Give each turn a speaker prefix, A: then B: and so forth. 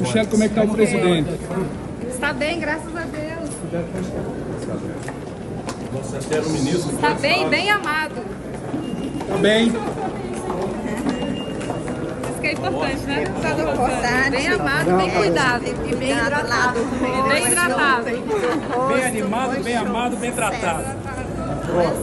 A: Michele, como é que está o presidente?
B: Está Tá bem, graças a Deus.
C: Nossa, até o ministro.
B: Está Tá bem, bem amado.
A: Está Tá bem?
B: Isso que é importante, né?
D: Tá no importante.
B: Bem amado, bem cuidado. E bem hidratado. Bem hidratado.
C: Bem animado, bem amado, bem tratado.